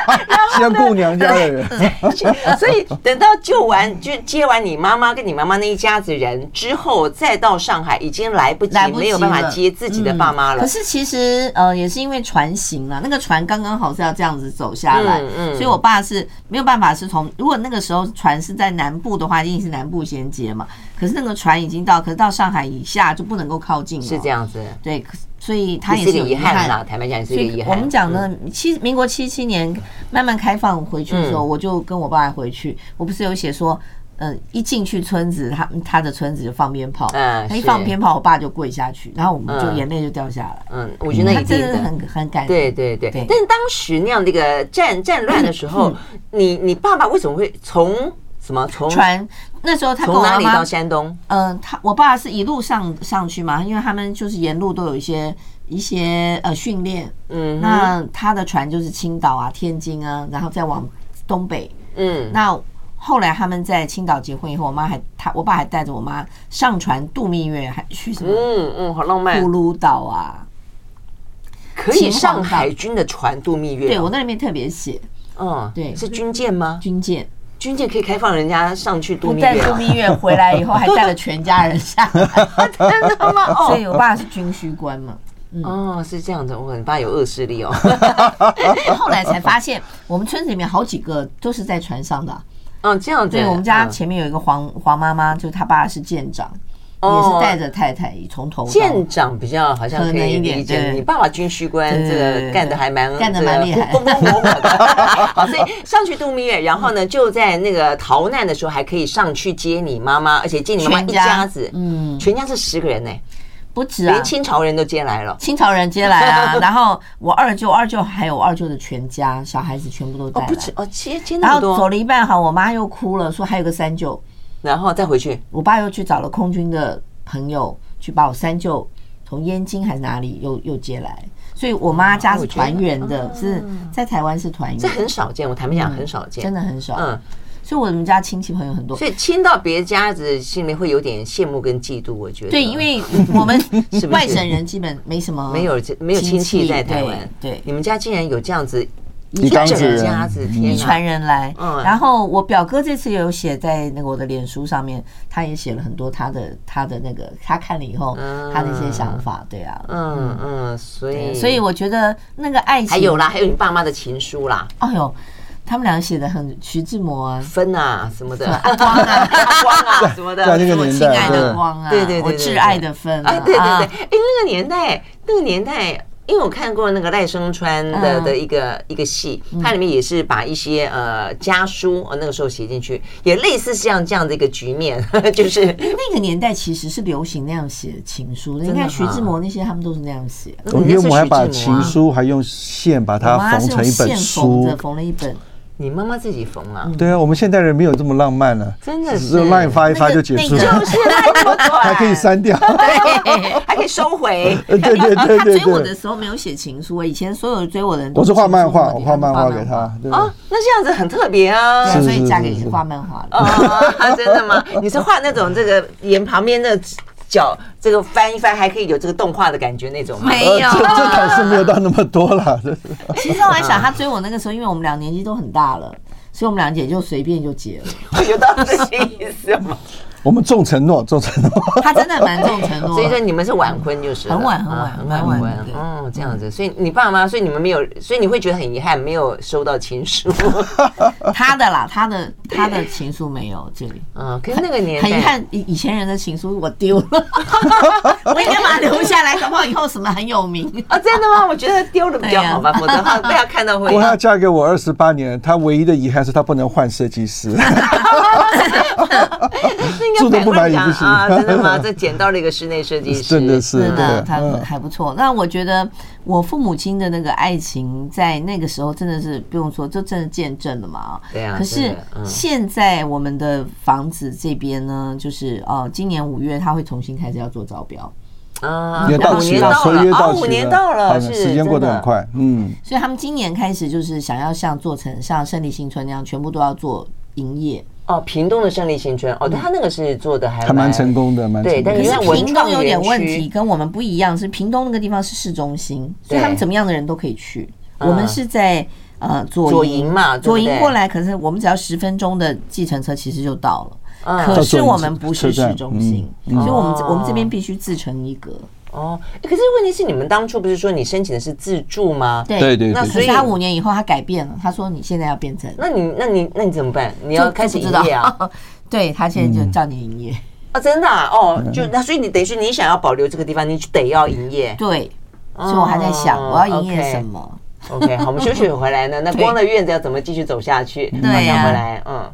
像供娘家的人，
所以等到救完就接完你妈妈跟你妈妈那一家子人之后，再到上海已经来不及，
来不及
没有办法
了嗯
接自己的爸妈了
可。是其实呃，也是因为船型啊，那个船刚刚好是要这样子走下来，
嗯嗯
所以我爸是没有办法是从，如果那个时候船是在南部的话，一定是南部衔接嘛。可是那个船已经到，可是到上海以下就不能够靠近了，
是这
样。
样子，
对，可所以他也
是
是
个
有
遗
遗
憾
憾
啦，坦白讲也是
所
一个遗
以
憾。嗯
我们讲呢，七民国七七年慢慢开放回去的时候，我就跟我爸回去，我不是有写说，嗯，一进去村子，他他的村子就放鞭炮，
嗯
他一
是
放鞭炮，我爸就跪下去，然后我们就
嗯
眼泪就掉下来，
嗯，我觉得那
他
一定
真的
的。
很很感
对对对，
对嗯
但是当时那样的一个战战乱的时候，你你爸爸为什么会从什么从
传。那时候他跟
从
我
哪
妈
里到
妈，
山东？
嗯，他我爸是一路上上去嘛，因为他们就是沿路都有一些一些呃训练，
嗯哼
那他的船就是青岛啊、天津啊，然后再往东北
嗯，
那后来他们在青岛结婚以后，我妈还她我爸还带着我妈上船度蜜月，还去什么
嗯嗯，好浪漫
葫，芦岛啊？
可以
秦皇
上
岛
海军的船度蜜月
对
哦。
我那里面特别写
嗯，
对
是军舰吗？
军舰，
军舰可以开放人家上去度
我
蜜
带
月
度
啊？
蜜月回来以后，还带了全家人下来，
真的吗？
所
哦
以我爸是军需官嘛。
哦，是这样的，我很怕有恶势力哦。
后来才发现，我们村子里面好几个都是在船上的啊。
嗯，这样子。
对，我们家
嗯
前面有一个黄黄妈妈，就她爸是舰长，也
哦
是带着太太从头到
舰长比较好像可
可能
以
一点
理解，
对
你爸爸军需官
对
这
对
个
对
干的还蛮
干得
这个
蛮厉害
风风火火的。 好，所以上去度蜜月，然后呢就在那个逃难的时候还可以上去接你妈妈，而且接你妈妈
全
一
家
家子，
嗯
全家是十个人呢，
不止啊
连，清朝人都接来了。
清朝人接来啊， 然后我二舅、二舅还有我二舅的全家小孩子全部都
哦
带，来
不，止哦，接接
然
那么
后走
多，
了一半哈，我妈又哭了，说还有个三舅，
然后再回去，
我爸又去找了空军的朋友去把我三舅从燕京还是哪里又又接来，所以我妈
哦
家是团圆的，是在台湾是团
嗯这
圆，
很少见，我坦白讲很少见，
嗯真的很少，
嗯，
所以我们家亲戚朋友很多。
所以亲到别家子，心里会有点羡慕跟嫉妒，我觉得。
对，因为我们
是
外省人基本没什么，
没有没有亲戚在台湾，
对对
你们家竟然有这样子
一缸子
整
人
家子，天
一
哪
传人来。
嗯
然后我表哥这次也有写在那个我的脸书上面，他也写了很多他的他的那个他看了以后
嗯
他的一些想法，对啊，
嗯嗯，所以
对所以我觉得那个爱情
还有，啦，还有你爸妈的情书啦，
哎呦，他们俩写的很徐志摩 啊，
分啊什么的，
阿光啊，
光啊什么的，
在那个
我
年
亲爱
代，
的光啊，
对对对对
我
哎对
挚爱的分
啊，对对对，
啊
哎，那个年代，那个年代，因为我看过那个赖声川的
嗯
的一个一个戏，它里面也是把一些呃家书，呃那个时候写进去，也类似像这样的一个局面， 就是
那个年代其实是流行那样写情书的，啊你
真的
看徐
哈
志摩那些他们都是那样写。
哦我岳母还把
嗯那是徐志摩
情
啊
书还用线把
我
它
妈是
缝
用
成一本
线缝
书
的，，缝了一本。
你妈妈自己缝 啊，
对啊，我们现代人没有这么浪漫了，
真的
只
是
是 line 发一发就结束
那
了
个，
还
还
可以，删掉。
对，还可以收回。
对对对
他
对
追我的
对，
时候没有写情书，以前所有追我的人都
我是画
情书
漫画，
我
我
给他
画
们
漫画给他。对
哦，那这样子很特别啊
对。
是
啊，所以嫁给
是
你
是
画漫画的。
哦， 真的吗？你是画那种这个沿旁边的角，这个翻一翻还可以有这个动画的感觉那种吗？
没
呃，
有
这这倒是没有到那么多了。这
其实我还想，他追我那个时候，因为我们俩年纪都很大了，所以我们俩也就随便就结了。
我 有到这些意思吗？
我们重承诺，重承诺。
他真的蛮重承诺
所以说
的。
你们是晚婚就是了
哦很晚很晚
啊
蛮
很
晚嗯
晚
的
哦，这样子。所以你爸妈，所以你们没有，所以你会觉得很遗憾，没有收到情书。
他的啦，他的他的情书没有这里，
嗯，可是那个年代
很遗憾，以以前人的情书我丢了， 我应该把它留下来，搞不好以后什么很有名。
啊，真的吗？我觉得丢了比较好吧，否则的 话被他看到会
不过她嫁给 我二十八年，她唯一的遗憾是她不能换设计师。
那应该反过来讲啊，真的吗？这捡到了一个室内设计师，
真的是
真的，
对
他
嗯
还不错。那我觉得我父母亲的那个爱情，在那个时候真的是不用说，就真的见证了嘛啊。
对啊
可
真
是
的嗯
现在我们的房子这边呢，就是呃，今年五月他会重新开始要做招标，
啊
也到
五
期
年
了，
到
合约
了，
到
哦，
期了，
五年到了，
嗯
是
时间过得
真
很
的。
快。嗯，
所以他们今年开始就是想要像做成像胜利新村那样，全部都要做营业。
哦，屏东的胜利新村，哦，对他那个是做的还
嗯还蛮成。功的，蛮
对
成
但
可
功
你
是
看
的。
文
屏
创
东有点
园
问
区
题，跟我们不一样，是屏东那个地方是市中心，所
对
以他们怎么样的人都可以去。
嗯
我们是在呃左
左
营
营嘛对不
左营
对
过来，可是我们只要十分钟的计程车其实就到了。
嗯
可是
到左营
我们不是
车站
市中心，
嗯
所以我们这
哦
我们这边必须自成一格。
哦，可是问题是，你们当初不是说你申请的是自住吗？
对
对对
那
对
所以
对
他五年以后他改变了，他说你现在要变成，
那你那你那你怎么办？你
就
要开始
就不
营
知道
业啊？啊、
对他现
嗯
在就叫你营业。
真的 啊、哦，就那所以你等于是你想要保留这个地方，你就得要营业。
对，所以我还在想
哦
我要营业
OK
什么。
OK，好，我们休息回来呢，那
对
光的院子要怎么继续走下去？
对啊
马上
呀
回来，嗯。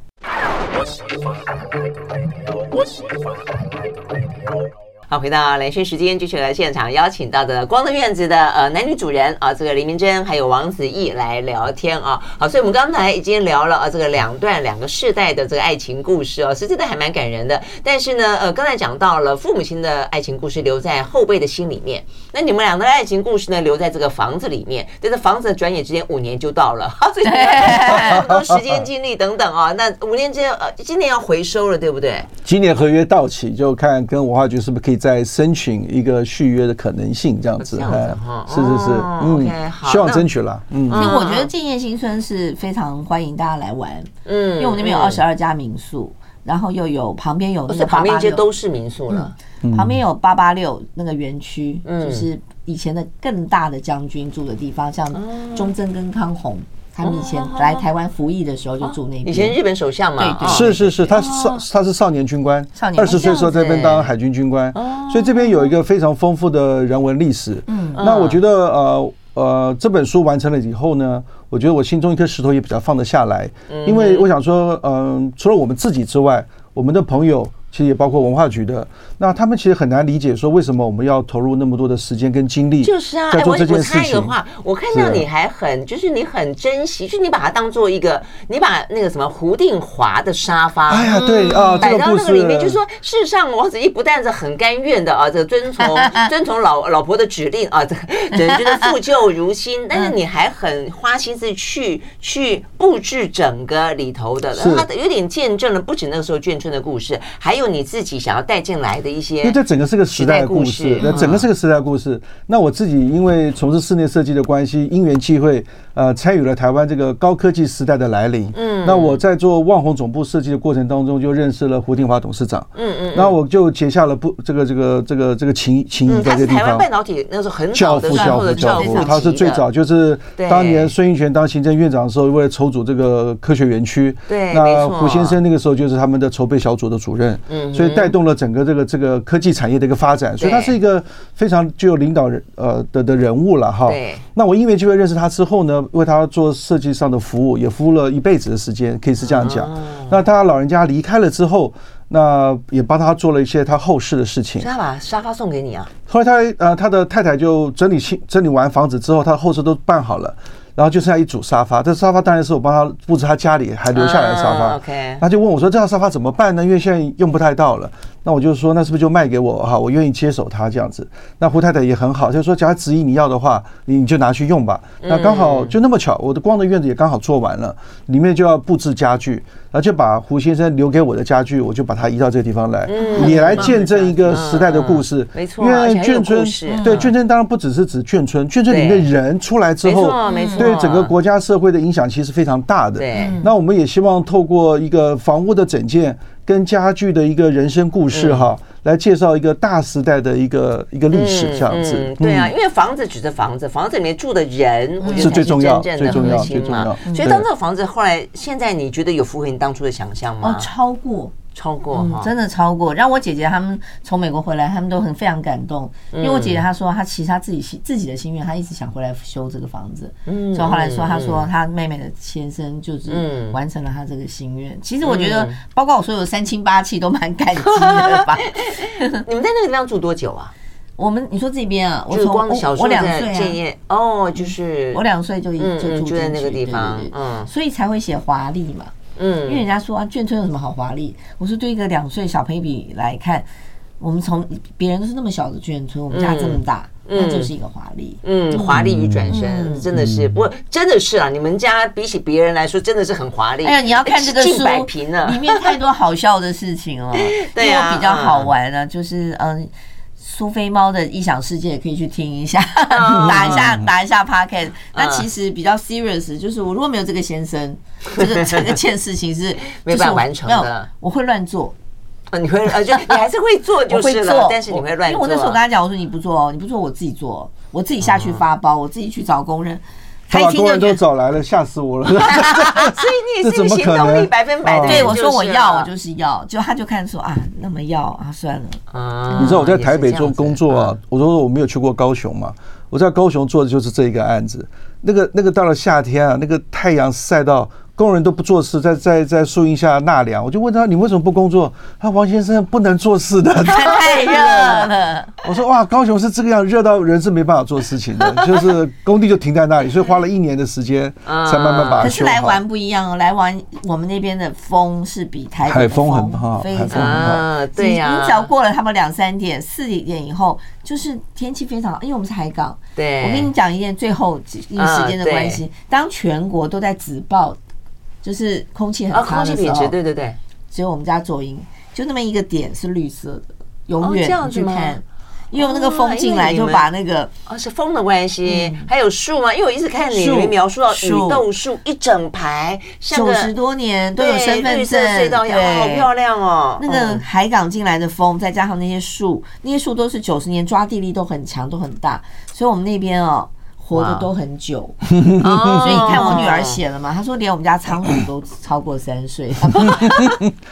好，回到蓝轩时间，继续来现场邀请到的《光的院子》的呃男女主人啊，这个林明珍还有王子异来聊天啊。好，所以我们刚才已经聊了呃这个两段两个世代的这个爱情故事哦、啊，是真的还蛮感人的。但是呢，呃，刚才讲到了父母亲的爱情故事留在后辈的心里面，那你们俩的爱情故事呢留在这个房子里面，但是房子转眼之间五年就到了， 所以你们很多时间精力等等啊，那五年之间呃今年要回收了，对不对？
今年合约到期，就看跟文化局是不是可以再申请一个续约的可能性，这样子。
哦这样子
哎
哈
是是是
哦，OK，
嗯，
好
希望
那
争取了。嗯，
其实我觉得建业新村是非常欢迎大家来玩，
嗯，
因为我们那边有
嗯
二十二家民宿，然后又有旁边有
不
那
是
个
旁边这
886
都是民宿了，
旁边有八八六那个园区，
嗯
就是以前的更大的将军住的地方，像
哦
中正跟康宏，他们以前来台湾服役的时候就住那
以前
边。
日本首相嘛，
对
啊
对
是是是，他是少他是少年军官
少，年
二
哦
十岁的时候在这边当海军军官，所以这边有一个非常丰富的人文历史。嗯，那我觉得呃呃这本书完成了以后呢，我觉得我心中一颗石头也比较放得下来，因为我想说，嗯，除了我们自己之外，我们的朋友。其实也包括文化局的，那他们其实很难理解说为什么我们要投入那么多的时间跟精力，
就是啊，
在
哎，我
做这
我
件事
插一个
情。
话，我看到
是
你还很，就是你很珍惜，就是你把它当做一个，你把那个什么胡定华的沙发，
哎呀，对啊，
嗯
这
摆
个
到
故
那
事
个里面，就说事实上王子异不但是很甘愿的啊，这个遵从 遵从老老婆的指令啊，这个对，觉得复旧如新，但是
嗯
你还很花心思去去布置整个里头的，
是
它有点见证了不止那个时候眷村的故事，还有你自己想要带进来的一些，
因为这整个是个时代的故
时代故
事
事，
嗯那整个是个时代的故事。那我自己因为从事室内设计的关系，因缘际会，呃参与了台湾这个高科技时代的来临。嗯，那我在做旺宏总部设计的过程当中，就认识了胡定华董事长。嗯嗯，那我就结下了不这个这个这个这个情情谊
嗯，
在
他
这
是
个地
台湾
方。
半导体那时候很
教
早
父
的，时
教
候
父，
的
教
父
父，，他是最早，就是
对
当年孙运璇当行政院长的时候，为了筹组这个科学园区，
对没
那
错
胡先生那个时候就是他们的筹备小组的主任，嗯，所以带动了整个这个这个科技产业的一个发展，所以他
对
是一个非常具有领导人呃的的人物了哈。
对
那我因为机会认识他之后呢，为他做设计上的服务，也服务了一辈子的时间，可以是这样
哦
讲。那他老人家离开了之后。那也帮他做了一些他后事的事情
所以，他把沙发送给你啊，
后来他呃，他的太太就整理清整理完房子之后，他的后事都办好了，然后就剩下一组沙发。这沙发当然是我帮他布置他家里还留下来的沙发。
嗯，OK
他就问我说：“这套沙发怎么办呢？因为现在用不太到了。”那我就说：“那是不是就卖给我哈？我愿意接手它这样子。”那胡太太也很好，就说：“假如执意你要的话，你你就拿去用吧。”那刚好就那么巧，我的光的院子也刚好做完了，里面就要布置家具，然后就把胡先生留给我的家具，我就把它移到这个地方来，也来见证一个时代的故事。
嗯没错
因
而
为
且很有
眷村
故事嗯
对眷村当然不只是指眷村，眷村里面
对
的人出来之
没
后，
错没错，
对整个国家社会的影响其实非常大的。
对
那我们也希望透过一个房屋的整建跟家具的一个人生故事哈，来介绍一个大时代的一个一个历史这样子。
嗯嗯，对啊，因为房子只是房子，房子里面住的人，我觉得
嗯是
才
最重要
真
最
正的
重要
核心
最重
嘛
要。嗯
所以当
对
这个房子后来，现在你觉得有符合你当初的想象
哦
吗，？
超过，
超过
嗯
哈，，
真的超过。让我姐姐他们从美国回来，他们都很非常感动，
嗯
因为我姐姐她说她其实她自己心自己的心愿，她一直想回来修这个房子，
嗯
所以后来说
嗯
她说她妹妹的先生就是
嗯
完成了她这个心愿。其实我觉得，包括我所有三亲八戚都蛮感激的 吧。
你们在那个地方住多久啊？
我们你说这边啊，我
就是
从
光
我
小时
我
候
两
的
岁啊
建，业哦，就是
我两岁就一
嗯
就
嗯
住
住在
进
那个
去
地
对对
方
对
嗯
所以才会写华丽嘛。因为人
嗯
家说啊，眷村有什么好华丽？我说对一个两岁小朋友比来看，我们从别人都是那么小的眷村，我们家这么大，那就是一个华丽。
嗯，华丽与转
嗯
身真的
嗯
是，不过真的是啊，你们家比起别人来说，真的是很华丽。
哎呀，你要看这个
近
书
百平呢，
里面太多好笑的事 情了。
对啊
因为我比较好玩呢、就是嗯。苏菲猫的异想世界可以去听一下，
哦
打一下打一下 pocket。那
嗯
其实比较 serious，就是我如果没有这个先生，这 个这个件事情是
没
就
办
是
法
我
完成
没有
的
我会乱做，
哦你会呃，就你还是会做
我
就
会
是了
做，，
但是你会乱
因为
做。啊嗯
我那时候跟他讲，我说你不做哦，你不做我自己做哦，我自己下去发包，我自己去找工人。
他
他一
把
听
工
就
人
觉
都
得，
找来了，吓死我 了。
所以你也是
这
个
怎么
行
可
动力
能
百分百的人就
哦
是啊
对
了。
我说我要，我就是要，就他就看说啊，那么要啊，算了，
啊
你知道我在台北做工作啊，
嗯
我说我没有去过高雄嘛，我在高雄做的就是这一个案子。那个那个到了夏天啊，那个太阳晒到工人都不做事，在在在树荫下纳凉。我就问他你为什么不工作？他王先生不能做事的。
太热 了。
我说哇，高雄是这个样，热到人是没办法做事 情的，就是工地就停在那里，所以花了一年的时间才慢慢把它
啊可是
修
来
好。
玩不一样哦，来玩我们那边的风是比台北
海
的
风很好
非
海
常
风
这
很
样
好
子啊，对呀，
你你只要过了他们两三点、四点以后，就是天气非常好，因为我们是海港。
对
我跟你讲一件最后几
嗯
因为时间的关系，当全国都在紫爆，就是空气
啊，
很
空
差
气
的
品
时候
质，，对对对，
只有我们家左营就那么一个点是绿色的，永
哦
远
这样
你
子
去
吗
看，因为那个
哦因
风
为
进来
你
就
们
把那个
哦，是风的关系，还有树吗？因为我一直看你
嗯树
里面描述到雨
树
豆树一整排，像
九
个
十多年都有身
对
份
绿色
证，
隧道一样，哦好漂亮哦，
那个
嗯
海港进来的风，再加上那些树，那些树都是九十年抓地力都很强，都很大，所以我们那边哦活
哇
得都很久。
哦
所以你看我女儿写了嘛，她说连我们家仓鼠都超过 三岁，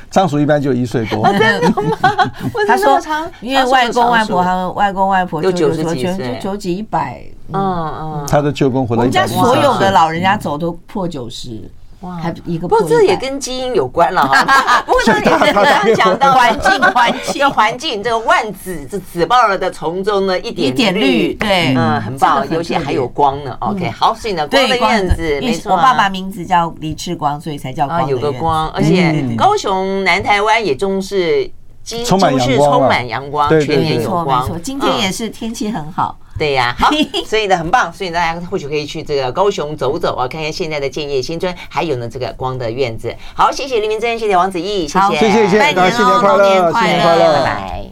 仓鼠一般就一岁多，
哦
哦为
她
什么那
说
么长，
因为外公外婆他们外公外婆
有
舅
九
舅
十
说
几
全
岁
就九几一百，嗯，
嗯嗯，
他的舅公活
我
了一
们
百
家
零
所
三
有
岁
的。老人家走都破九十，
哇
还一个
不
破
过这也
100
跟基因有关了哈。不过这里
这
刚
大
刚讲到
环境环
境环境，这个万紫这紫爆了的丛中呢一点
一点绿对
嗯，很
这个
棒，
很
尤其
特别
还有光呢。OK，好，所以呢，光的
光
院
的
子，
因为
没错啊，
我爸爸名字叫李志光，所以才叫光
啊，
的
有个
院子
光，而
对
且
对
高雄南台湾也终是几
充满
终是
阳光啊
充满阳光，
对对
全年
没
有
错没
光
错，。今天
嗯
也是天气很好。
对呀、 好，所以呢很棒，所以大家或许可以去这个高雄走走啊，看看现在的建业新村，还有呢这个光的院子。好，谢谢林明珍，谢谢王子毅，谢
好
谢，
谢谢谢谢
拜
大家新年
哦
快
龙
乐
年
新
快
年
乐
快乐
拜拜。